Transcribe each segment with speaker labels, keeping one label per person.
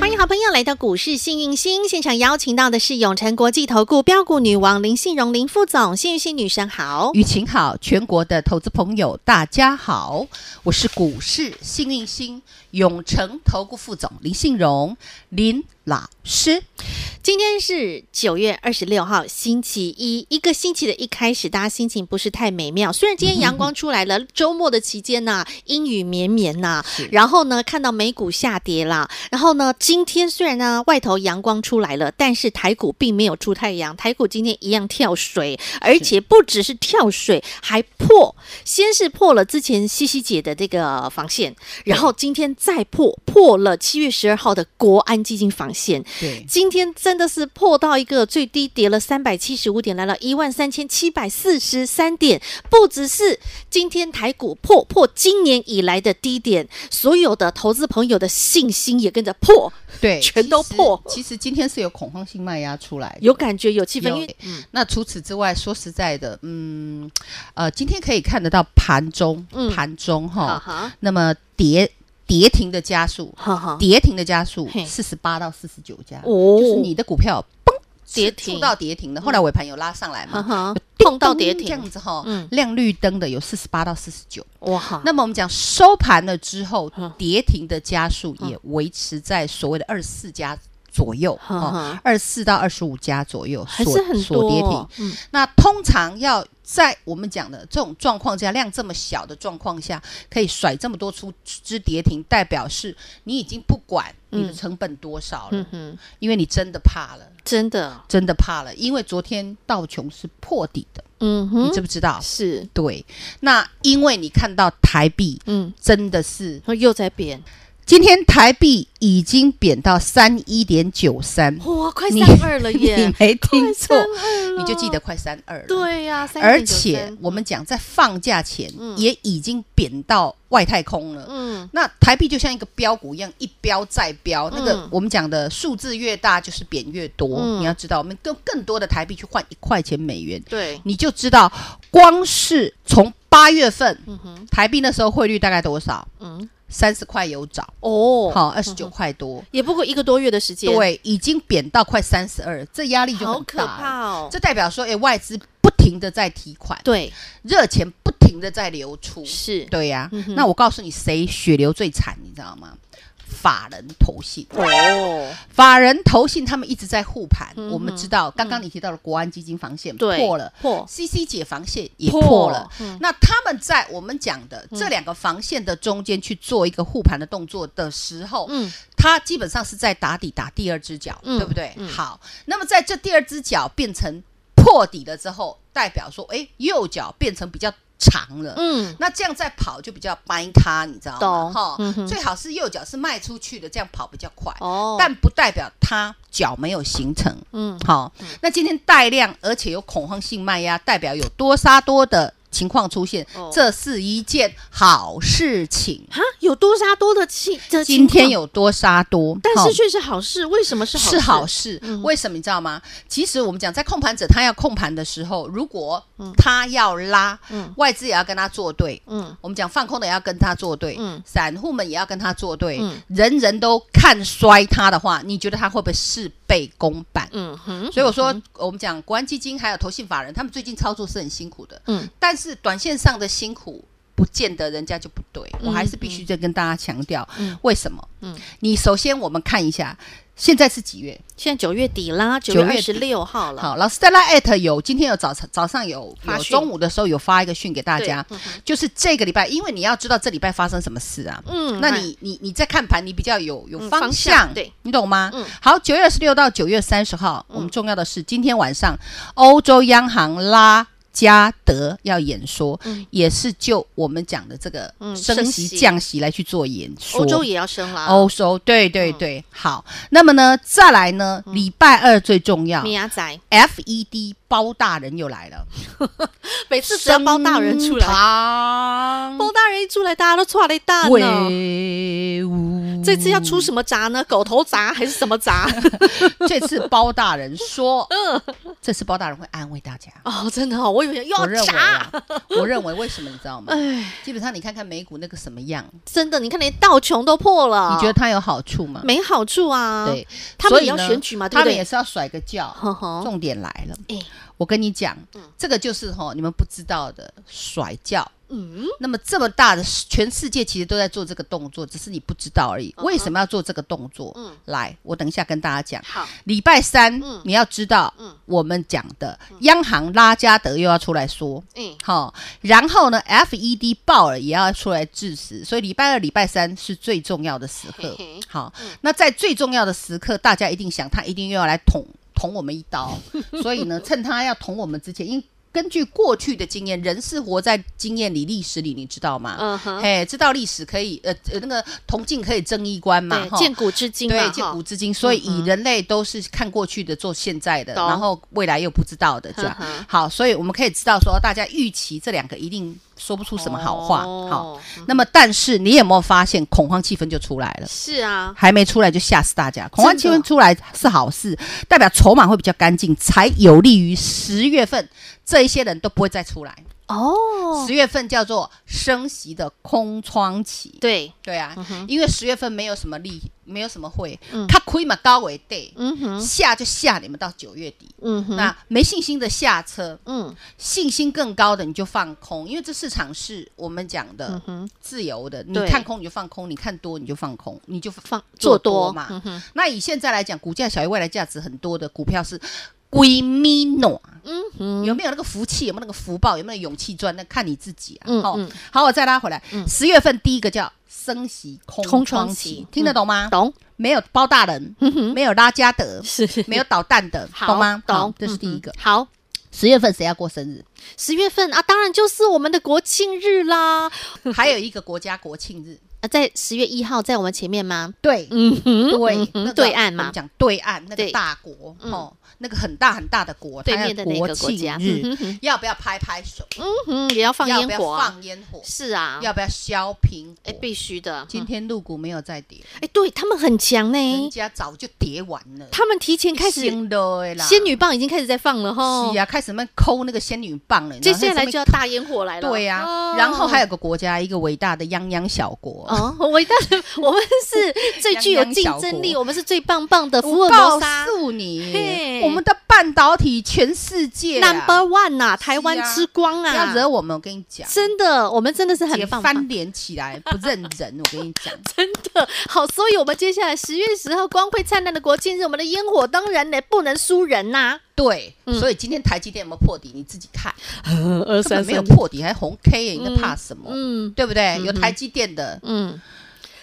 Speaker 1: 欢迎好朋友来到股市幸运星现场，邀请到的是永诚国际投顾标股女王林信荣林副总，幸运星女神好。
Speaker 2: 雨晴好，全国的投资朋友大家好，我是股市幸运星永诚投顾副总林信荣林老师。
Speaker 1: 今天是九月二十六号星期一，一个星期的一开始，大家心情不是太美妙。虽然今天阳光出来了，周末的期间呢、阴雨绵绵呐、
Speaker 2: 是
Speaker 1: 然后呢，看到美股下跌啦，然后呢，今天虽然呢外头阳光出来了，但是台股并没有出太阳，台股今天一样跳水，而且不只是跳水，还破，先是破了之前西西姐的这个防线，然后今天再破，破了七月十二号的国安基金防线，
Speaker 2: 对，
Speaker 1: 今天真的是破到一个最低，跌了三百七十五点，来了一万三千七百四十三点。不只是今天台股破破今年以来的低点，所有的投资朋友的信心也跟着破，
Speaker 2: 对，
Speaker 1: 全都
Speaker 2: 其实
Speaker 1: 破
Speaker 2: 其实今天是有恐慌性卖压出来的，
Speaker 1: 有感觉有气氛，
Speaker 2: 有
Speaker 1: 因为、嗯、
Speaker 2: 那除此之外，说实在的，嗯，呃，今天可以看得到盘中，
Speaker 1: 嗯
Speaker 2: 盘中
Speaker 1: 哈
Speaker 2: 哈，
Speaker 1: 哈
Speaker 2: 那么跌跌停的加速，
Speaker 1: 哈哈，
Speaker 2: 跌停的加速
Speaker 1: 嘿
Speaker 2: 四十八到四十九家，
Speaker 1: 哦
Speaker 2: 就是你的股票嘣
Speaker 1: 跌
Speaker 2: 触
Speaker 1: 停嗯
Speaker 2: 触到跌停的，后来尾盘有拉上来
Speaker 1: 哈
Speaker 2: 嘛，
Speaker 1: 哈，碰到跌
Speaker 2: 这样
Speaker 1: 停，
Speaker 2: 子哈、
Speaker 1: 嗯
Speaker 2: 亮绿灯的有四十八到四十九。
Speaker 1: 哇哈，
Speaker 2: 那么我们讲收盘了之后
Speaker 1: 嗯，
Speaker 2: 跌停的家数也维持在所谓的二十四家左右，
Speaker 1: 嗯
Speaker 2: 哈，二十四到二十五家左右，
Speaker 1: 还
Speaker 2: 所
Speaker 1: 是很
Speaker 2: 所跌
Speaker 1: 多
Speaker 2: 停。，
Speaker 1: 嗯，
Speaker 2: 那通常要在我们讲的这种状况下，量这么小的状况下，可以甩这么多出只跌停，代表是你已经不管你的
Speaker 1: 嗯
Speaker 2: 成本多少了，
Speaker 1: 嗯哼，
Speaker 2: 因为你真的怕了，
Speaker 1: 真的，
Speaker 2: 真的怕了，因为昨天道琼是破底的，
Speaker 1: 嗯
Speaker 2: 你
Speaker 1: 哼，
Speaker 2: 知不知道？
Speaker 1: 是，
Speaker 2: 对，那因为你看到台币
Speaker 1: 嗯，
Speaker 2: 真的是，
Speaker 1: 又在变，
Speaker 2: 今天台币已经贬到三一点九三，
Speaker 1: 哇，快
Speaker 2: 你
Speaker 1: 三二了 耶
Speaker 2: 你，没听
Speaker 1: 快
Speaker 2: 错
Speaker 1: 三，二了
Speaker 2: 你就记得快三二了。，
Speaker 1: 对呀、3.93
Speaker 2: 而且我们讲在放假前
Speaker 1: 嗯
Speaker 2: 也已经贬到外太空了。
Speaker 1: 嗯
Speaker 2: 那台币就像一个标股一样，一标再标。那个
Speaker 1: 嗯
Speaker 2: 我们讲的数字越大，就是贬越多。
Speaker 1: 嗯
Speaker 2: 你要知道，我们用更多的台币去换一块钱美元，
Speaker 1: 对，
Speaker 2: 你就知道，光是从八月份，台币那时候汇率大概多少？
Speaker 1: 嗯
Speaker 2: 三十块有找，
Speaker 1: 哦，
Speaker 2: 好，二十九块多，
Speaker 1: 也不过一个多月的时间，，
Speaker 2: 对，已经贬到快三十二，这压力就
Speaker 1: 好
Speaker 2: 很
Speaker 1: 可
Speaker 2: 大了。
Speaker 1: 怕哦，
Speaker 2: 这代表说，哎，外资不停的在提款，
Speaker 1: 对
Speaker 2: 热钱不停的在流出，
Speaker 1: 是，
Speaker 2: 对呀、
Speaker 1: 嗯哼
Speaker 2: 那我告诉你，谁血流最惨，你知道吗？法人投信，
Speaker 1: 哦，
Speaker 2: 法人投信他们一直在护盘。
Speaker 1: 嗯哼
Speaker 2: 我们知道，刚刚你提到了国安基金防线
Speaker 1: 对，
Speaker 2: 破了。
Speaker 1: 破，
Speaker 2: CC 解防线也
Speaker 1: 哦破
Speaker 2: 破了，
Speaker 1: 嗯
Speaker 2: 那他们在我们讲的这两个防线的中间去做一个护盘的动作的时候，
Speaker 1: 嗯
Speaker 2: 它基本上是在打底打第二只脚，
Speaker 1: 嗯
Speaker 2: 对不对？
Speaker 1: 嗯
Speaker 2: 好，那么在这第二只脚变成破底了之后，代表说，哎，右脚变成比较长了，
Speaker 1: 嗯，
Speaker 2: 那这样再跑就比较掰咖，你知道
Speaker 1: 懂
Speaker 2: 吗？哈、
Speaker 1: 嗯哼
Speaker 2: 最好是右脚是迈出去的，这样跑比较快，
Speaker 1: 哦，
Speaker 2: 但不代表它脚没有形成。
Speaker 1: 嗯
Speaker 2: 好，那今天带量，而且有恐慌性卖压，代表有多杀多的情况出现，
Speaker 1: 哦
Speaker 2: 这是一件好事情。
Speaker 1: 哈，有多杀多的气，这
Speaker 2: 今天
Speaker 1: 情况，
Speaker 2: 有多杀多，
Speaker 1: 但
Speaker 2: 好
Speaker 1: 是却是好事，为什么是好事？
Speaker 2: 是好事
Speaker 1: 嗯，
Speaker 2: 为什么你知道吗？其实我们讲，在控盘者他要控盘的时候，如果他要拉
Speaker 1: 嗯，
Speaker 2: 外资也要跟他作对。
Speaker 1: 嗯
Speaker 2: 我们讲放空的也要跟他作对，
Speaker 1: 嗯
Speaker 2: 散户们也要跟他作对，
Speaker 1: 嗯
Speaker 2: 人人都看衰他的话，你觉得他会不会事倍功半？
Speaker 1: 嗯哼，
Speaker 2: 所以我说，我们讲国安基金还有投信法人，他们最近操作是很辛苦的，
Speaker 1: 嗯
Speaker 2: 但是短线上的辛苦不见得人家就不对，我还是必须再跟大家强调，
Speaker 1: 嗯
Speaker 2: 为什么？
Speaker 1: 嗯
Speaker 2: 你首先我们看一下，现在是几月？
Speaker 1: 现在九月底啦，九
Speaker 2: 九
Speaker 1: 月二
Speaker 2: 月
Speaker 1: 十六号了，
Speaker 2: 好，老师在拉 at 有今天有早上早上有
Speaker 1: 发
Speaker 2: 有
Speaker 1: 讯
Speaker 2: 中午的时候有发一个讯给大
Speaker 1: 对嗯
Speaker 2: 家，就是这个礼拜，因为你要知道这礼拜发生什么事啊。
Speaker 1: 嗯
Speaker 2: 那你你你在看盘，你比较有有
Speaker 1: 嗯
Speaker 2: 方
Speaker 1: 方
Speaker 2: 向，
Speaker 1: 向对
Speaker 2: 你懂吗？
Speaker 1: 嗯
Speaker 2: 好，九月二十六到九月三十号，我们重要的是今天晚上欧洲央行拉嘉德要演说，
Speaker 1: 嗯
Speaker 2: 也是就我们讲的这个
Speaker 1: 嗯
Speaker 2: 升
Speaker 1: 升
Speaker 2: 息
Speaker 1: 息
Speaker 2: 降息来去做演说。
Speaker 1: 欧洲也嗯要升啦，
Speaker 2: 欧洲，对对对，好。那么呢，再来呢，
Speaker 1: 嗯
Speaker 2: 礼拜二最重要
Speaker 1: 米亚仔，
Speaker 2: ，FED 包大人又来了，
Speaker 1: 每次只要包大人出来，
Speaker 2: 来
Speaker 1: 包大人一出来，大家都错了一大呢。
Speaker 2: 威武。
Speaker 1: 这次要出什么闸呢？狗头闸还是什么 闸？
Speaker 2: 这次包大人说，
Speaker 1: 嗯
Speaker 2: 这次包大人会安慰大家。
Speaker 1: 哦，真的哦，我以为又
Speaker 2: 我
Speaker 1: 要
Speaker 2: 认为
Speaker 1: 闸
Speaker 2: 啊， 我认为为什么你知道吗？基本上你看看美股那个什么样，
Speaker 1: 真的，你看连道琼都破了，
Speaker 2: 你觉得它有好处吗？
Speaker 1: 啊没好处啊？，
Speaker 2: 对，
Speaker 1: 他们
Speaker 2: 所以
Speaker 1: 也要
Speaker 2: 呢
Speaker 1: 选举嘛，对
Speaker 2: 他
Speaker 1: 不
Speaker 2: 们也
Speaker 1: 对？
Speaker 2: 是要甩个轿。
Speaker 1: 呵呵，
Speaker 2: 重点来了，
Speaker 1: 哎
Speaker 2: 我跟你讲，这个就是吼你们不知道的甩轿。
Speaker 1: 嗯，
Speaker 2: 那么这么大的，全世界其实都在做这个动作，只是你不知道而已。为什么要做这个动作？
Speaker 1: 嗯
Speaker 2: 来，我等一下跟大家讲。
Speaker 1: 好，
Speaker 2: 礼拜三，
Speaker 1: 嗯
Speaker 2: 你要知道，
Speaker 1: 嗯
Speaker 2: 我们讲的央行拉加德又要出来说，
Speaker 1: 嗯，
Speaker 2: 好、然后呢，FED 鲍尔也要出来致辞，所以礼拜二、礼拜三是最重要的时刻
Speaker 1: 嘿嘿。嗯
Speaker 2: 好，那在最重要的时刻，大家一定想他一定又要来捅捅我们一 刀，所以呢，趁他要捅我们之前，因根据过去的经验，人是活在经验里、历史里，你知道吗？
Speaker 1: 嗯哼，
Speaker 2: 嘿，知道历史可以，呃，呃那个铜镜可以争一官嘛，
Speaker 1: 对，见古至今嘛，
Speaker 2: 对，
Speaker 1: 哈嗯
Speaker 2: 见古至今，所以以人类都是看过去的做现在的，
Speaker 1: 懂
Speaker 2: 然后未来又不知道的这样
Speaker 1: 呵呵。
Speaker 2: 好，所以我们可以知道说，大家预期这两个一定说不出什么好话。
Speaker 1: 哦
Speaker 2: 好，那么但是你有没有发现恐慌气氛就出来了？
Speaker 1: 是啊，
Speaker 2: 还没出来就吓死大家，恐慌气
Speaker 1: 真
Speaker 2: 氛
Speaker 1: 的
Speaker 2: 出来是好事，代表筹码会比较干净，才有利于十月份这一些人都不会再出来。
Speaker 1: 哦，
Speaker 2: 十月份叫做升息的空窗期，
Speaker 1: 对，
Speaker 2: 对啊
Speaker 1: 嗯，哼
Speaker 2: 因为十月份没有什么利，没有什么会
Speaker 1: 嗯，
Speaker 2: 它亏嘛高为 day，
Speaker 1: 嗯哼，
Speaker 2: 下就下你们到九月底。
Speaker 1: 嗯哼，
Speaker 2: 那没信心的下车，
Speaker 1: 嗯
Speaker 2: 信心更高的你就放空，因为这市场是我们讲的
Speaker 1: 嗯哼，
Speaker 2: 自由的，你
Speaker 1: 对
Speaker 2: 看空你就放空，你看多你就放空，你就
Speaker 1: 放做
Speaker 2: 做多
Speaker 1: 多
Speaker 2: 嘛
Speaker 1: 嗯哼，
Speaker 2: 那以现在来讲，股价小于未来价值很多的股票是闺蜜诺，
Speaker 1: 嗯哼，
Speaker 2: 有没有那个福气，有没有那个福报，有没有勇气赚，那看你自己啊。
Speaker 1: 嗯
Speaker 2: 好
Speaker 1: 嗯，
Speaker 2: 好，我再拉回来，十月份第一个叫升息空
Speaker 1: 空
Speaker 2: 窗
Speaker 1: 窗
Speaker 2: 期
Speaker 1: 期，
Speaker 2: 听得懂吗？
Speaker 1: 懂，
Speaker 2: 没有包大人，没有拉 加德，
Speaker 1: 是
Speaker 2: 没有捣蛋的，
Speaker 1: 好
Speaker 2: 懂吗？好
Speaker 1: 懂，
Speaker 2: 这是第一个
Speaker 1: 嗯。哼好，
Speaker 2: 十月份谁要过 生日？
Speaker 1: 十月份啊，当然就是我们的国庆日啦，
Speaker 2: 还有一个国家国庆日，
Speaker 1: 啊，在十月一号在我们前面吗？
Speaker 2: 对
Speaker 1: 嗯哼，
Speaker 2: 对
Speaker 1: 嗯，哼
Speaker 2: 那个
Speaker 1: 对岸嘛
Speaker 2: 我们讲对岸那个
Speaker 1: 对
Speaker 2: 大国
Speaker 1: 嗯
Speaker 2: 哦，那个很大很大的国，
Speaker 1: 对
Speaker 2: 它要
Speaker 1: 面的那个国家
Speaker 2: 庆日
Speaker 1: 嗯哼哼
Speaker 2: 要不要拍拍手？
Speaker 1: 嗯，也要放
Speaker 2: 要
Speaker 1: 烟
Speaker 2: 不要
Speaker 1: 火啊，
Speaker 2: 放烟火？
Speaker 1: 是啊，
Speaker 2: 要不要削苹
Speaker 1: 哎，
Speaker 2: 果？
Speaker 1: 必须的，
Speaker 2: 今
Speaker 1: 嗯
Speaker 2: 天入股没有再跌，
Speaker 1: 哎，对他们很强
Speaker 2: 人
Speaker 1: 呢，
Speaker 2: 家早就跌完了。
Speaker 1: 哎他们提前开始，
Speaker 2: 新的啦，
Speaker 1: 仙女棒已经开始在放了哈，
Speaker 2: 是啊，开始慢慢抠那个仙女棒了。你知
Speaker 1: 接下
Speaker 2: 道它
Speaker 1: 来
Speaker 2: 是
Speaker 1: 就要大烟火来了，
Speaker 2: 对呀、
Speaker 1: 哦
Speaker 2: 然后还有个国家，一个伟大的泱泱小国，
Speaker 1: 哦，我当然，我们是最具有竞争
Speaker 2: 泱泱小
Speaker 1: 力，
Speaker 2: 国
Speaker 1: 我们是最棒棒的福
Speaker 2: 我
Speaker 1: 尔
Speaker 2: 告
Speaker 1: 摩沙
Speaker 2: 诉你，
Speaker 1: 嘿
Speaker 2: 我们的半导体全世界啊、
Speaker 1: Number One 呐，台湾之光
Speaker 2: 不要
Speaker 1: 啊，
Speaker 2: 惹我们，我跟你讲。
Speaker 1: 真的，我们真 的是很
Speaker 2: 姐
Speaker 1: 棒
Speaker 2: 翻
Speaker 1: 棒，
Speaker 2: 脸起来不认人，我跟你 讲，
Speaker 1: 真的好。所以，我们接下来十月十号光辉灿烂的国庆日，我们的烟火当然呢不能输人呐，
Speaker 2: 对，
Speaker 1: 嗯
Speaker 2: 所以今天台积电有没有破底，你自己看，
Speaker 1: 二
Speaker 2: 根本没有破底，还红 K 耶，你在怕什么？
Speaker 1: 嗯
Speaker 2: 对不对？有台积电的，
Speaker 1: 嗯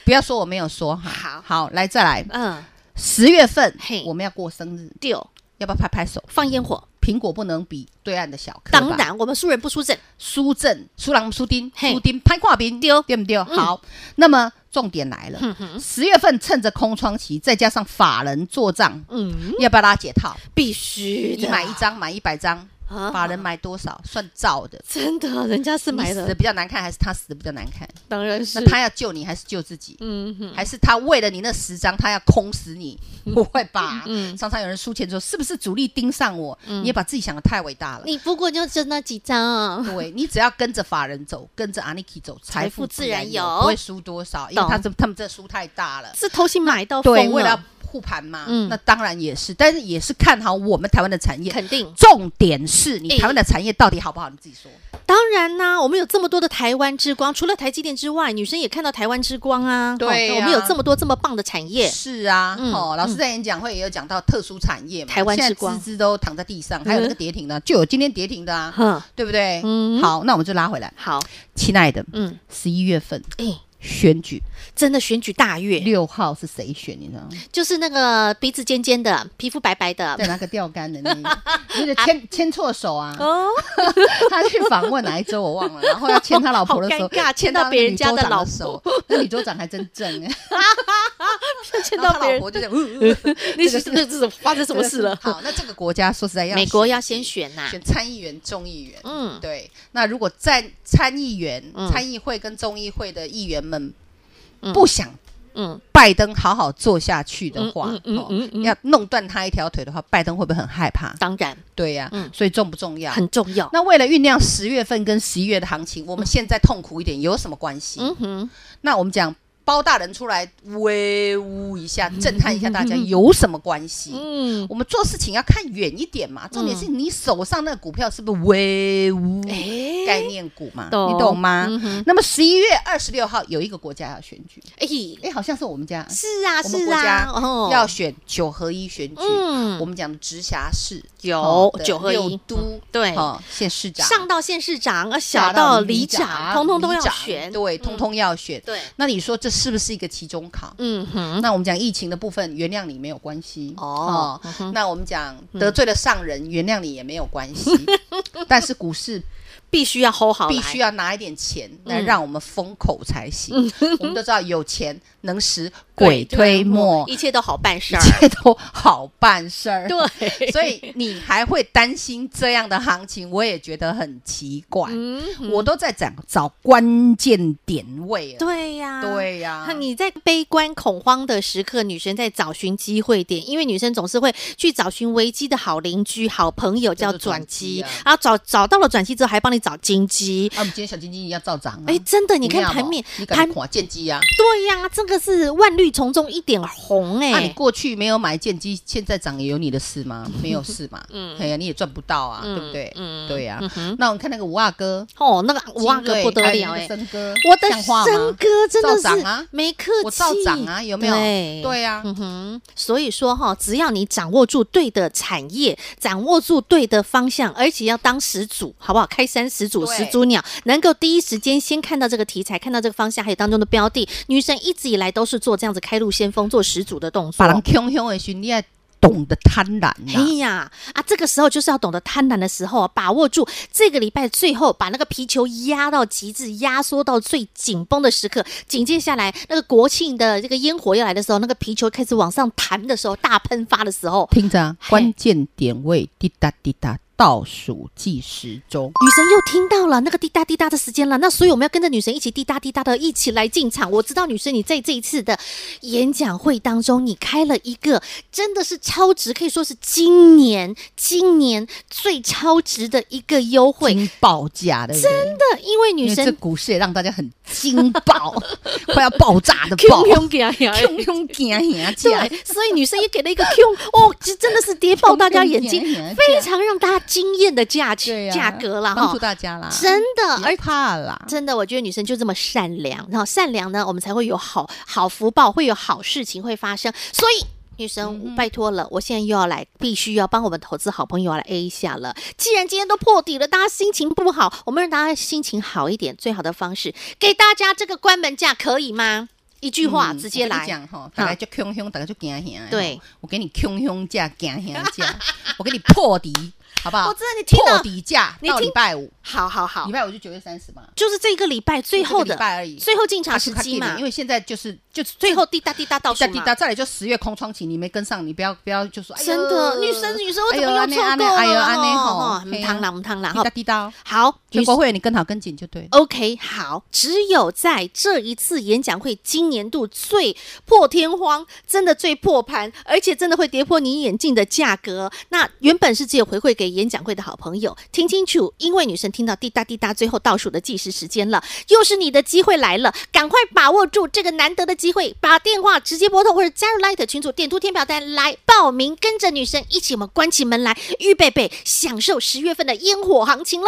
Speaker 2: 不要说我没有说哈。
Speaker 1: 好
Speaker 2: 好，来再来，
Speaker 1: 嗯，
Speaker 2: 十月份
Speaker 1: 嘿
Speaker 2: 我们要过生日，
Speaker 1: 六
Speaker 2: 要不要拍拍手？
Speaker 1: 放烟火，
Speaker 2: 苹果不能比对岸的小客吧，
Speaker 1: 当然我们输人不输阵，
Speaker 2: 苏正、苏朗、苏丁、
Speaker 1: 嘿嗯
Speaker 2: 苏丁、潘跨兵，
Speaker 1: 对
Speaker 2: 对不对？好，那么重点来
Speaker 1: 嗯
Speaker 2: 了，十月份趁着空窗期，再加上法人做账，
Speaker 1: 嗯，
Speaker 2: 要不要拉解套？
Speaker 1: 必须
Speaker 2: 你
Speaker 1: 的，
Speaker 2: 买一张，买一百张，
Speaker 1: 啊
Speaker 2: 法人买多少算照的？
Speaker 1: 真的，人家 是
Speaker 2: 你
Speaker 1: 买
Speaker 2: 死的
Speaker 1: 的，
Speaker 2: 比较难看，还是他死的比较难看？
Speaker 1: 当然是
Speaker 2: 那他要救你，还是救自己？
Speaker 1: 嗯哼，
Speaker 2: 还是他为了你那十张，他要空死你？不会吧？
Speaker 1: 嗯
Speaker 2: 常常有人输钱说，是不是主力盯上我？你也把自己想的太伟大了。
Speaker 1: 你不过就就那几张啊，
Speaker 2: 对你只要跟着法人走，跟着阿尼基走，财
Speaker 1: 财
Speaker 2: 富
Speaker 1: 富
Speaker 2: 自
Speaker 1: 自
Speaker 2: 然
Speaker 1: 然
Speaker 2: 有，
Speaker 1: 有
Speaker 2: 不会输多少，因为
Speaker 1: 懂
Speaker 2: 他这他们这输太大了。
Speaker 1: 是偷心买到
Speaker 2: 对，
Speaker 1: 疯
Speaker 2: 为了
Speaker 1: 了，
Speaker 2: 要护盘嘛，
Speaker 1: 嗯
Speaker 2: 那当然也是，但是也是看好我们台湾的产业。
Speaker 1: 肯定。
Speaker 2: 重点是你
Speaker 1: 诶
Speaker 2: 台湾的产业到底好不好？你自己说。
Speaker 1: 当然啦、我们有这么多的台湾之光，除了台积电之外，女生也看到台湾之光啊。
Speaker 2: 对呀
Speaker 1: 哦我们有这么多这么棒的产业，
Speaker 2: 是啊，
Speaker 1: 嗯
Speaker 2: 哦，老师在演讲会也有讲到特殊产业嘛，
Speaker 1: 台湾之
Speaker 2: 现在
Speaker 1: 光嗯
Speaker 2: 资资都躺在地上，还有那个跌停的，就有今天跌停的啊，
Speaker 1: 哼，
Speaker 2: 对不对？
Speaker 1: 嗯
Speaker 2: 好，那我们就拉回来，
Speaker 1: 好，
Speaker 2: 亲爱的，
Speaker 1: 嗯，
Speaker 2: 十一月份
Speaker 1: 哎、
Speaker 2: 选举
Speaker 1: 真的选举大月，
Speaker 2: 六号是谁选，你知 道吗？
Speaker 1: 就是那个鼻子尖尖的，皮肤白白的
Speaker 2: 在，拿个钓竿的 那个，那个牵牵错手啊，
Speaker 1: 哦，
Speaker 2: 他去访问哪一州我忘了，然后要牵他老婆的时
Speaker 1: 好
Speaker 2: 候，
Speaker 1: 尴尬
Speaker 2: 牵
Speaker 1: 牵到别人家
Speaker 2: 的
Speaker 1: 的老
Speaker 2: 手，那女州长还真 正哎，
Speaker 1: 见
Speaker 2: 然后
Speaker 1: 到
Speaker 2: 他
Speaker 1: 别
Speaker 2: 老
Speaker 1: 人
Speaker 2: 婆，就在，呃呃
Speaker 1: 那
Speaker 2: 这个
Speaker 1: 是那是发生什么事了？
Speaker 2: 好，那这个国家说实在要
Speaker 1: 美国
Speaker 2: 选
Speaker 1: 要先选呐，
Speaker 2: 选参议员、众议员，
Speaker 1: 嗯，
Speaker 2: 对，那如果在参议员、
Speaker 1: 嗯
Speaker 2: 参议会跟众议会的议员们
Speaker 1: 嗯
Speaker 2: 不想
Speaker 1: 嗯，
Speaker 2: 拜登好好做下去的话，
Speaker 1: 嗯嗯嗯
Speaker 2: 哦
Speaker 1: 嗯嗯
Speaker 2: 要弄断他一条腿的话，拜登会不会很害怕？
Speaker 1: 当然
Speaker 2: 对呀、
Speaker 1: 嗯
Speaker 2: 所以重不重要？
Speaker 1: 很重要。
Speaker 2: 那为了酝酿十月份跟十一月的行情，我们现在痛苦一点有什么关系？
Speaker 1: 嗯哼，
Speaker 2: 那我们讲包大人出来威武一下，震撼一下大家有什么关系？
Speaker 1: 嗯，
Speaker 2: 我们做事情要看远一点嘛，重点是你手上那个股票是不是威武
Speaker 1: 哎
Speaker 2: 概念股嘛？
Speaker 1: 懂
Speaker 2: 你懂吗？
Speaker 1: 嗯哼
Speaker 2: 那么十一月二十六号有一个国家要选举，
Speaker 1: 哎，
Speaker 2: 哎，好像是我们家，
Speaker 1: 是啊
Speaker 2: 我们
Speaker 1: 是
Speaker 2: 国
Speaker 1: 啊
Speaker 2: 家，
Speaker 1: 哦，
Speaker 2: 要选九合一选举。
Speaker 1: 嗯
Speaker 2: 我们讲的直辖市
Speaker 1: 有
Speaker 2: 的
Speaker 1: 九合
Speaker 2: 六
Speaker 1: 一
Speaker 2: 都
Speaker 1: 对
Speaker 2: 哦，县市长
Speaker 1: 上到县市长，呃
Speaker 2: 下
Speaker 1: 小到
Speaker 2: 里
Speaker 1: 里长，通通都要选。嗯
Speaker 2: 对，通通要选。
Speaker 1: 对，
Speaker 2: 那你说这是不是一个期中考？
Speaker 1: 嗯哼，
Speaker 2: 那我们讲疫情的部分，原谅你没有关系
Speaker 1: 哦嗯哼嗯
Speaker 2: 那我们讲得罪了上人，原谅你也没有关 系。但是股市
Speaker 1: 必须要 hold 好来，嗯
Speaker 2: 必须要拿一点钱来让我们封口才行。 我们都知道有钱能使
Speaker 1: 对
Speaker 2: 鬼推磨，
Speaker 1: 一切都好办事
Speaker 2: 一
Speaker 1: 儿。
Speaker 2: 切都好办事儿。
Speaker 1: 对，
Speaker 2: 所以你还会担心这样的行情，我也觉得很奇怪。
Speaker 1: 嗯
Speaker 2: 我都在找找关键点位了。
Speaker 1: 对呀，。
Speaker 2: 对呀、
Speaker 1: 那你在悲观恐慌的时刻，女生在找寻机会点，因为女生总是会去找寻危机的好邻居、好朋友，
Speaker 2: 叫
Speaker 1: 叫
Speaker 2: 做
Speaker 1: 转
Speaker 2: 转
Speaker 1: 机。
Speaker 2: 机啊
Speaker 1: 然后找找到了转机之后，还帮你找金鸡。
Speaker 2: 啊，我们今天小金金要照涨啊！
Speaker 1: 哎，真的，你看
Speaker 2: 有没有
Speaker 1: 盘面
Speaker 2: 你，敢
Speaker 1: 盘
Speaker 2: 看见机啊呀、
Speaker 1: 对呀，这个是万绿丛中一点红
Speaker 2: 啊？你
Speaker 1: 哎，
Speaker 2: 过去没有买见机，现在涨也有你的事吗？ 没有事嘛，嗯，哎呀，你也赚不到啊，对不对？嗯，对呀、那我们看那个五阿哥，
Speaker 1: 哦，那个五万个
Speaker 2: 金
Speaker 1: 不得
Speaker 2: 瑞
Speaker 1: 了
Speaker 2: 还有那
Speaker 1: 哎
Speaker 2: 个，森哥，
Speaker 1: 我的
Speaker 2: 像话吗
Speaker 1: 森哥真的
Speaker 2: 照涨
Speaker 1: 是
Speaker 2: 啊
Speaker 1: 没客气，
Speaker 2: 我照涨啊，有没有？
Speaker 1: 对
Speaker 2: 对呀、
Speaker 1: 嗯哼，所以说哈，只要你掌握住对的产业，掌握住对的方向，而且要当始祖，好不好？开山始祖，
Speaker 2: 对
Speaker 1: 始祖鸟，能够第一时间先看到这个题材，看到这个方向，还有当中的标的。女生一直以来都是做这样子开路先锋，做始祖的动
Speaker 2: 把
Speaker 1: 作。
Speaker 2: 人汹汹的时候，你要懂得贪婪、
Speaker 1: 哎
Speaker 2: 啊。
Speaker 1: 呀啊，这个时候就是要懂得贪婪的时候啊，把握住这个礼拜最后把那个皮球压到极致，压缩到最紧绷的时刻。紧接下来，那个国庆的这个烟火要来的时候，那个皮球开始往上弹的时候，大喷发的时候，
Speaker 2: 听着、啊，
Speaker 1: 嘿
Speaker 2: 关键点位滴答滴答，倒数计时钟。
Speaker 1: 女神又听到了那个滴答滴答的时间了，那所以我们要跟着女神一起滴答滴答的一起来进场。我知道女神你在这一次的演讲会当中，你开了一个真的是超值，可以说是今年今年最超值的一个优惠。
Speaker 2: 惊爆价，对不对？真的，
Speaker 1: 真的，因为女
Speaker 2: 因为这
Speaker 1: 神
Speaker 2: 股市也让大家很惊 爆，快要爆炸的爆，
Speaker 1: Q 给啊，
Speaker 2: 汹汹惊吓价，
Speaker 1: 对，所以女生也给了一个 Q，哦， 这真的是跌爆大家眼睛，非常让大家惊艳的价
Speaker 2: 对
Speaker 1: 钱
Speaker 2: 呀
Speaker 1: 价格了
Speaker 2: 帮
Speaker 1: 哈
Speaker 2: 助，大家啦，
Speaker 1: 真的，而
Speaker 2: 别啊哎怕啦，
Speaker 1: 真的，我觉得女生就这么善良，然后善良呢，我们才会有好好福报，会有好事情会发生。所以，女
Speaker 2: 嗯
Speaker 1: 生、拜托了，我现在又要来，必须要帮我们投资好朋友要来 A 一下了。既然今天都破底了，大家心情不好，我们让大家心情好一点，最好的方式给大家这个关门价可以吗？一句话、
Speaker 2: 嗯
Speaker 1: 直接
Speaker 2: 我跟
Speaker 1: 来
Speaker 2: 你，讲哈，大家就汹汹，大家就惊吓。
Speaker 1: 对，
Speaker 2: 我给你汹汹价惊吓价， 我给你破底，好不好？
Speaker 1: 我知道你听到
Speaker 2: 破底价
Speaker 1: 你
Speaker 2: 到
Speaker 1: 听哦
Speaker 2: 礼拜五，
Speaker 1: 好好好
Speaker 2: 礼，拜五就九月三十嘛，
Speaker 1: 就是这个礼拜最后
Speaker 2: 就这个
Speaker 1: 的
Speaker 2: 礼拜而已
Speaker 1: 最后进场
Speaker 2: 啊
Speaker 1: 时
Speaker 2: 快
Speaker 1: 机
Speaker 2: 点
Speaker 1: 嘛
Speaker 2: 因，为现在就是就
Speaker 1: 最后滴答滴答倒
Speaker 2: 滴
Speaker 1: 数
Speaker 2: 答
Speaker 1: 嘛
Speaker 2: 滴答，再来就十月空窗期，你没跟上，你不要不要就说，哎呦
Speaker 1: 真的，女生女生我怎么又
Speaker 2: 哎呦
Speaker 1: 错
Speaker 2: 安内
Speaker 1: 过了？
Speaker 2: 安内哎呦安内吼
Speaker 1: 哦
Speaker 2: 嘿
Speaker 1: 唔
Speaker 2: 啊
Speaker 1: 烫啦唔烫啦
Speaker 2: 滴
Speaker 1: 哈
Speaker 2: 答。滴答哦，
Speaker 1: 好，
Speaker 2: 全
Speaker 1: 女
Speaker 2: 国会你跟好跟紧就对。
Speaker 1: OK，好，只有在这一次演讲会，今年度最破天荒，真的最破盘，而且真的会跌破你眼镜的价格。那原本是只有回馈给演讲会的好朋友，听清楚，因为女生听到滴答滴答最后倒数的计时时间了，又是你的机会来了，赶快把握住这个难得的机会，把电话直接拨通或者加入 Light 群组，点图填表单来报名，跟着女生一起，我们关起门来，预备备享受十月份的烟火行情喽。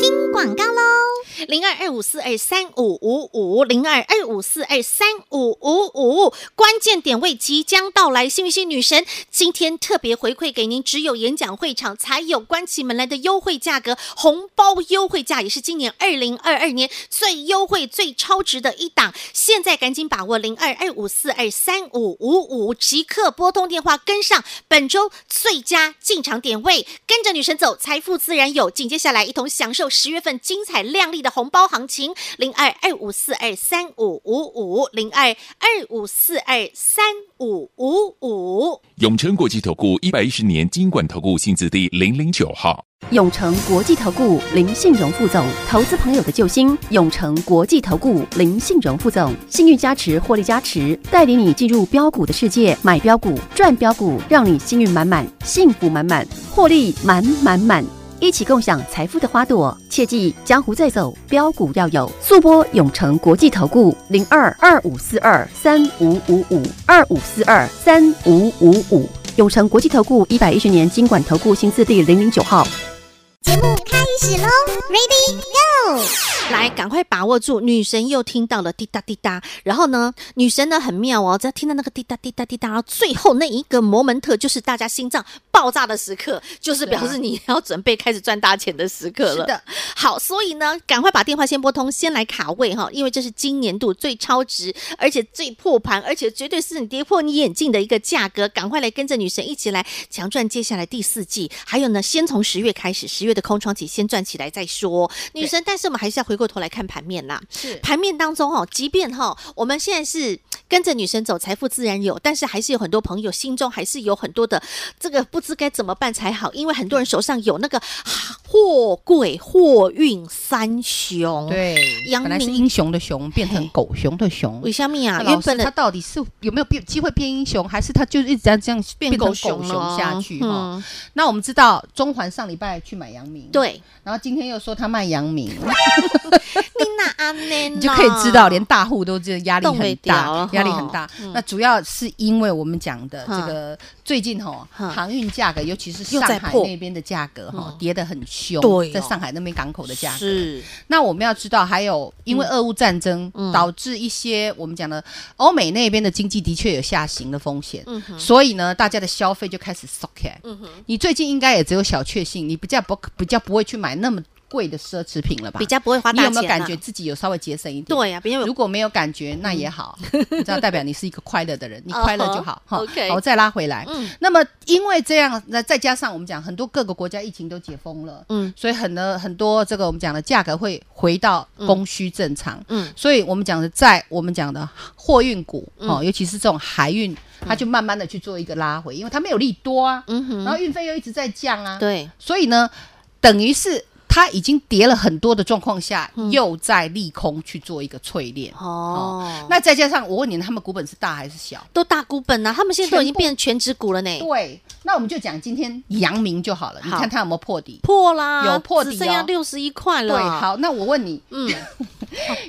Speaker 3: 听广告喽。
Speaker 1: 零二二五四二三五五五零二二五四二三五五五，关键点位即将到来，幸运星女神今天特别回馈给您，只有演讲会场才有关起门来的优惠价格，红包优惠价也是今年二零二二年最优惠、最超值的一档，现在赶紧把握零二二五四二三五五五，即刻拨通电话跟上本周最佳进场点位，跟着女神走，财富自然有。紧接下来一同享受十月份精彩亮丽的红包行情，零二二五四二三五五五零二二五四二三五五五。
Speaker 4: 永诚国际投顾一百一十年金管投顾性质第零零九号。
Speaker 5: 永诚国际投顾林信荣副总，投资朋友的救星。永诚国际投顾林信荣副总，幸运加持，获利加持，带领你进入标股的世界，买标股，赚标股，让你幸运满满，幸福满满，获利满满满。一起共享财富的花朵，切记江湖再走，标股要有。速播永诚国际投顾零二二五四二三五五五二五四二三五五五。永诚国际投顾一百一十年经管投顾新字第零零九号。
Speaker 3: 节目开始喽，Ready Go！
Speaker 1: 来，赶快把握住！女神又听到了滴答滴答，然后呢，女神呢很妙哦，只要听到那个滴答滴答滴答，然后最后那一个 moment 就是大家心脏爆炸的时刻，就是
Speaker 2: 对啊
Speaker 1: 表示你 要准备开始赚大钱的时刻了。
Speaker 2: 是的，
Speaker 1: 好，所以呢，赶快把电话先拨通，先来卡位哈，因为这是今年度最超值，而且最破盘，而且绝对是你跌破你眼镜的一个价格，赶快来跟着女神一起来强赚接下来第四季，还有呢，先从十月开始，十月的空窗期先赚起来再说。女神，但是我们还是要回过头来看盘面啦。
Speaker 2: 是
Speaker 1: 盘面当中哦，即便哈、我们现在是跟着女神走，财富自然有，但是还是有很多朋友心中还是有很多的这个不知该怎么办才好，因为很多人手上有那个啊货柜货运三雄，，
Speaker 2: 对，
Speaker 1: 哦阳
Speaker 2: 本来是
Speaker 1: 明
Speaker 2: 英雄的雄变成狗熊的熊。
Speaker 1: 为什么啊？
Speaker 2: 那
Speaker 1: 原
Speaker 2: 老师
Speaker 1: 本
Speaker 2: 他
Speaker 1: 的
Speaker 2: 到底是有没有变机会变英雄，还是他就一直这样这样变成狗熊
Speaker 1: 了
Speaker 2: 下去哦哈、
Speaker 1: 嗯，
Speaker 2: 那我们知道中环上礼拜去买阳明，，
Speaker 1: 对，嗯
Speaker 2: 然后今天又说他卖阳明，
Speaker 1: 你哪安呢？
Speaker 2: 你就可以知道，连大户都这压力
Speaker 1: 动
Speaker 2: 很
Speaker 1: 不了了
Speaker 2: 大
Speaker 1: 哈，
Speaker 2: 压力很大。那主要是因为我们讲的
Speaker 1: 嗯
Speaker 2: 这个最近哈，
Speaker 1: 嗯
Speaker 2: 航运价格，尤其是
Speaker 1: 又
Speaker 2: 上
Speaker 1: 在
Speaker 2: 海
Speaker 1: 破嗯
Speaker 2: 那边的价格哈，跌得很凶
Speaker 1: 对哦，
Speaker 2: 在上海那边港口的价格。
Speaker 1: 是
Speaker 2: 那我们要知道，还有因为俄乌战争、
Speaker 1: 嗯
Speaker 2: 导致一些我们讲的欧美那边的经济的确有下行的风险，
Speaker 1: 嗯哼
Speaker 2: 所以呢，大家的消费就开始缩起来。
Speaker 1: 嗯哼，
Speaker 2: 你最近应该也只有小确幸，你比较不比较不会去买那么贵的奢侈品了吧？
Speaker 1: 比较不会花
Speaker 2: 你
Speaker 1: 大
Speaker 2: 有
Speaker 1: 钱
Speaker 2: 没
Speaker 1: 啊，
Speaker 2: 有感觉自己有稍微节省一点？
Speaker 1: 对啊呀、比较有
Speaker 2: 如果没有感觉，那 也好，你知道代表你是一个快乐的人，你快乐就好
Speaker 1: 哦
Speaker 2: 哈。
Speaker 1: OK
Speaker 2: 好我再拉回来
Speaker 1: 嗯。
Speaker 2: 那么因为这样，那再加上我们讲很多各个国家疫情都解封了，
Speaker 1: 嗯
Speaker 2: 所以很多很多这个我们讲的价格会回到供需正常。
Speaker 1: 嗯
Speaker 2: 所以我们讲的在我们讲的货运股哦，
Speaker 1: 嗯
Speaker 2: 尤其是这种海运，它就慢慢的去做一个拉回，因为它没有利多啊，
Speaker 1: 嗯哼，
Speaker 2: 然后运费又一直在降啊，
Speaker 1: 对，
Speaker 2: 所以呢，等于是它已经跌了很多的状况下，又在利空去做一个淬炼。
Speaker 1: 嗯哦，
Speaker 2: 那再加上我问你，他们股本是大还是小？
Speaker 1: 都大股本啊，他们现在都已经
Speaker 2: 全部
Speaker 1: 变成全职股了呢，
Speaker 2: 对，那我们就讲今天阳明就好了，你
Speaker 1: 好
Speaker 2: 看它有没有破底？
Speaker 1: 破啦，
Speaker 2: 有破底
Speaker 1: 只剩下
Speaker 2: 哦
Speaker 1: 六十一块
Speaker 2: 对，
Speaker 1: 了。，
Speaker 2: 好，那我问你，
Speaker 1: 嗯，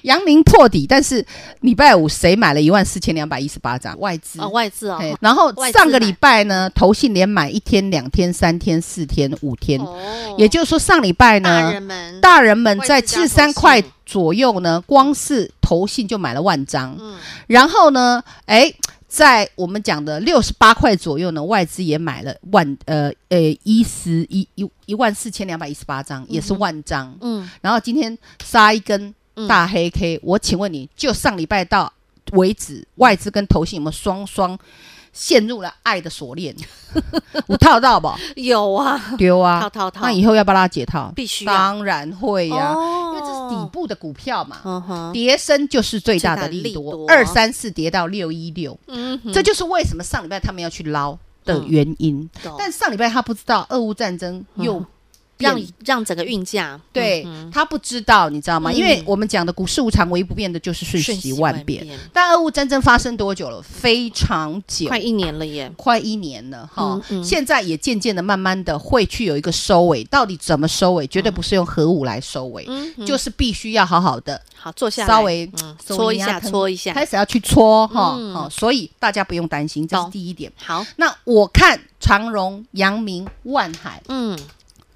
Speaker 2: 阳明破底，但是礼拜五谁买了一万四千两百一十八张外资？
Speaker 1: 哦，外资哦
Speaker 2: 嘿，然后
Speaker 1: 外资
Speaker 2: 上个礼拜呢，投信连买一天、两天、三天、四天、五天，
Speaker 1: 哦
Speaker 2: 也就是说上礼拜
Speaker 1: 大
Speaker 2: 呢，
Speaker 1: 人们，
Speaker 2: 大人们在
Speaker 1: 外资
Speaker 2: 七
Speaker 1: 加
Speaker 2: 十
Speaker 1: 投
Speaker 2: 三
Speaker 1: 信
Speaker 2: 块左右呢，光是投信就买了万张，
Speaker 1: 嗯
Speaker 2: 然后呢，哎，在我们讲的六十八块左右呢，外资也买了万呃呃一十一一一万四千两百一十八张，也是万张。
Speaker 1: 嗯，
Speaker 2: 然后今天杀一根
Speaker 1: 嗯
Speaker 2: 大黑 K，、我请问你就上礼拜到为
Speaker 1: 嗯
Speaker 2: 止，外资跟投信有没有双双陷入了爱的锁链？ 我套 到不？
Speaker 1: 有啊，
Speaker 2: 丢啊！
Speaker 1: 套套套
Speaker 2: 那以后要不要拉解套？
Speaker 1: 必须啊，
Speaker 2: 当然会呀、因为这是底
Speaker 1: 哦，
Speaker 2: 部的股票嘛，
Speaker 1: 嗯哼，
Speaker 2: 跌升就是最大
Speaker 1: 最大的
Speaker 2: 的利
Speaker 1: 利
Speaker 2: 多，
Speaker 1: 多
Speaker 2: 二三四跌到六一六，
Speaker 1: 嗯哼，
Speaker 2: 这就是为什么上礼拜他们要去捞的原因。
Speaker 1: 懂
Speaker 2: 但上礼拜他不知道俄乌战争又变
Speaker 1: 哦嗯让让整个运价
Speaker 2: 对
Speaker 1: 嗯哼
Speaker 2: 他不知道，你知道吗？
Speaker 1: 嗯
Speaker 2: 因为我们讲的股市无常，唯一不变的就是瞬息万变。
Speaker 1: 瞬息
Speaker 2: 但俄乌战争发生多久了？非常久，
Speaker 1: 快一年了耶，
Speaker 2: 快一年了哈，
Speaker 1: 嗯嗯
Speaker 2: 现在也渐渐的、慢慢的会去有一个收尾。到底怎么收尾？绝对不是用核武来收尾，
Speaker 1: 嗯哼，
Speaker 2: 就是必须要好好的
Speaker 1: 好坐下来，
Speaker 2: 稍微
Speaker 1: 嗯
Speaker 2: 手
Speaker 1: 搓一
Speaker 2: 捏啊
Speaker 1: 下，
Speaker 2: 疼
Speaker 1: 搓一下，
Speaker 2: 开始要去搓哈
Speaker 1: 嗯
Speaker 2: 哦，所以大家不用担心，这是
Speaker 1: 懂
Speaker 2: 第一点。
Speaker 1: 好，
Speaker 2: 那我看长荣、阳明、万海
Speaker 1: 嗯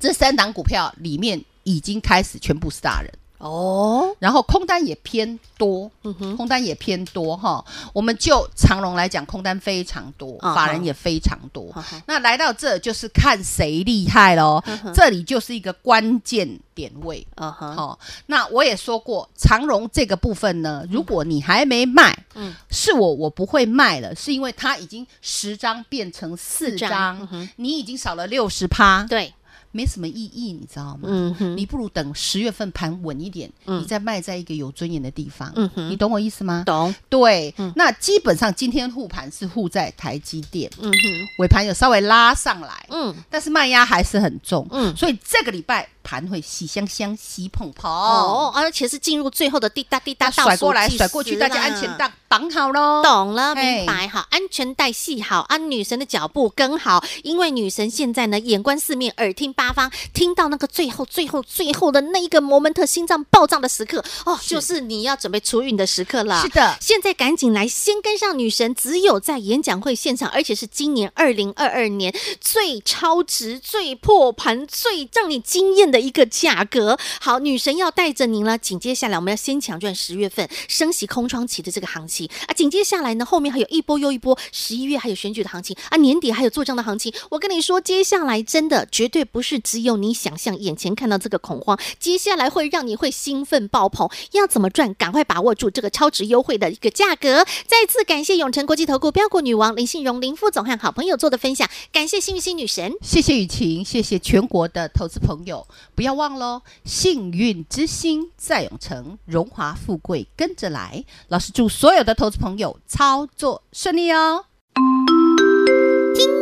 Speaker 2: 这三档股票里面，已经开始全部是大人。
Speaker 1: 哦，
Speaker 2: 然后空单也偏多，
Speaker 1: 嗯
Speaker 2: 空单也偏多哈。我们就长隆来讲，空单非常多，
Speaker 1: 嗯哼
Speaker 2: 法人也非常多。
Speaker 1: 嗯哼
Speaker 2: 那来到这就是看谁厉害喽，这里就是一个关键点位。
Speaker 1: 嗯哼，
Speaker 2: 哦，那我也说过，长荣这个部分呢，如果你还没卖，
Speaker 1: 嗯
Speaker 2: 是我我不会卖了，是因为它已经十张变成四
Speaker 1: 四张
Speaker 2: 张，
Speaker 1: 嗯哼
Speaker 2: 你已经少了六十趴，
Speaker 1: 对，
Speaker 2: 没什么意义，你知道吗？
Speaker 1: 嗯哼，
Speaker 2: 你不如等十月份盘稳一点，
Speaker 1: 嗯
Speaker 2: 你再卖在一个有尊严的地方。
Speaker 1: 嗯哼
Speaker 2: 你懂我意思吗？
Speaker 1: 懂，嗯
Speaker 2: 对，那基本上今天护盘是护在台积电，
Speaker 1: 嗯哼，
Speaker 2: 尾盘有稍微拉上来，
Speaker 1: 嗯
Speaker 2: 但是卖压还是很重。
Speaker 1: 嗯。
Speaker 2: 所以这个礼拜盘会喜香香、喜碰碰，
Speaker 1: 哦，而且是进入最后的滴答滴答
Speaker 2: 那
Speaker 1: 倒
Speaker 2: 甩
Speaker 1: 数
Speaker 2: 过来
Speaker 1: 计
Speaker 2: 甩过去，
Speaker 1: 时
Speaker 2: 大家
Speaker 1: 啦
Speaker 2: 安全带绑好喽。
Speaker 1: 懂了，
Speaker 2: 哦嘿
Speaker 1: 明白好，安全带系好，按女神的脚步跟好，因为女神现在呢，眼观四面，耳听八方，听到那个最后、最后、最后的那一个 moment，心脏爆炸的时刻，哦，就是你要准备出运的时刻了。
Speaker 2: 是的
Speaker 1: 现在赶紧来，先跟上女神，只有在演讲会现场，而且是今年二零二二年最超值、最破盘、最让你惊艳的一个价格。好，女神要带着您了。紧接下来，我们要先抢赚十月份升息空窗期的这个行情啊！紧接下来呢，后面还有一波又一波，十一月还有选举的行情啊，年底还有做账的行情。我跟你说，接下来真的绝对不是只有你想象眼前看到这个恐慌，接下来会让你会兴奋爆棚。要怎么赚？赶快把握住这个超值优惠的一个价格。再次感谢永诚国际投顾标股女王林信荣林副总和好朋友做的分享，感谢幸运星女神。
Speaker 2: 谢谢雨晴，谢谢全国的投资朋友，不要忘喽！幸运之星在永城，荣华富贵跟着来。老师祝所有的投资朋友操作顺利哦！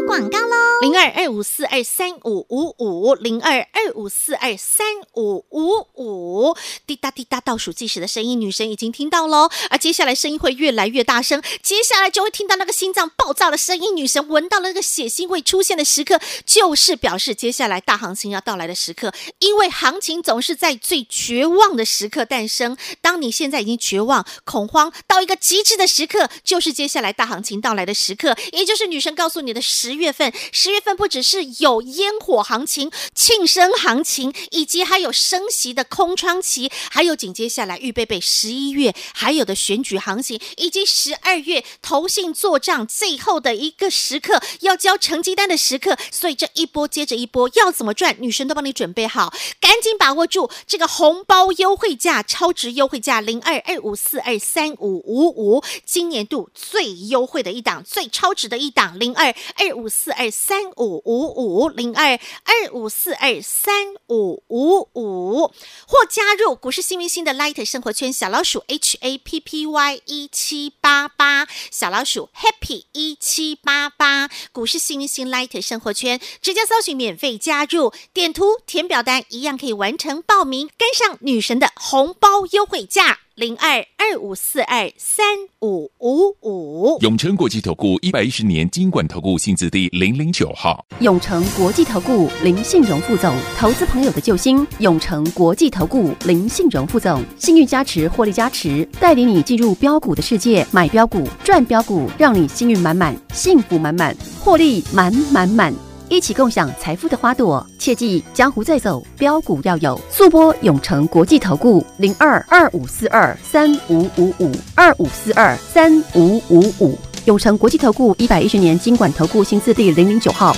Speaker 1: 广告喽，零二二五四二三五五五，零二二五四二三五五五，滴答滴答倒数计时的声音，女神已经听到喽，而接下来声音会越来越大声，接下来就会听到那个心脏爆炸的声音，女神闻到那个血腥味出现的时刻，就是表示接下来大行情要到来的时刻，因为行情总是在最绝望的时刻诞生。当你现在已经绝望、恐慌到一个极致的时刻，就是接下来大行情到来的时刻，也就是女神告诉你的十月份。十月份不只是有烟火行情、庆生行情，以及还有升息的空窗期，还有紧接下来预备备十一月还有的选举行情，以及十二月投信做账最后的一个时刻，要交成绩单的时刻。所以这一波接着一波，要怎么赚，女神都帮你准备好。赶紧把握住这个红包优惠价，超值优惠价零二二五四二三五五五，今年度最优惠的一档，最超值的一档零二二五四二三五五五零二二五四二三五五五，或加入股市新明星的 Light 生活圈小老鼠 H A P P Y 一七八八小老鼠 Happy 一七八八股市新明星 Light 生活圈，直接搜寻免费加入，点图填表单一样可以完成报名，跟上女神的红包优惠价零二二五四二三五五五。
Speaker 4: 永诚国际投顾一百一十年金管投顾性质第零零九号。
Speaker 5: 永诚国际投顾林信荣副总，投资朋友的救星。永诚国际投顾林信荣副总，幸运加持，获利加持，带领你进入标股的世界，买标股，赚标股，让你幸运满满，幸福满满，获利满满满。一起共享财富的花朵，切记江湖再走，标股要有。速播永诚国际投顾零二二五四二三五五五二五四二三五五五。永诚国际投顾一百一十年经管投顾新字第零零九号。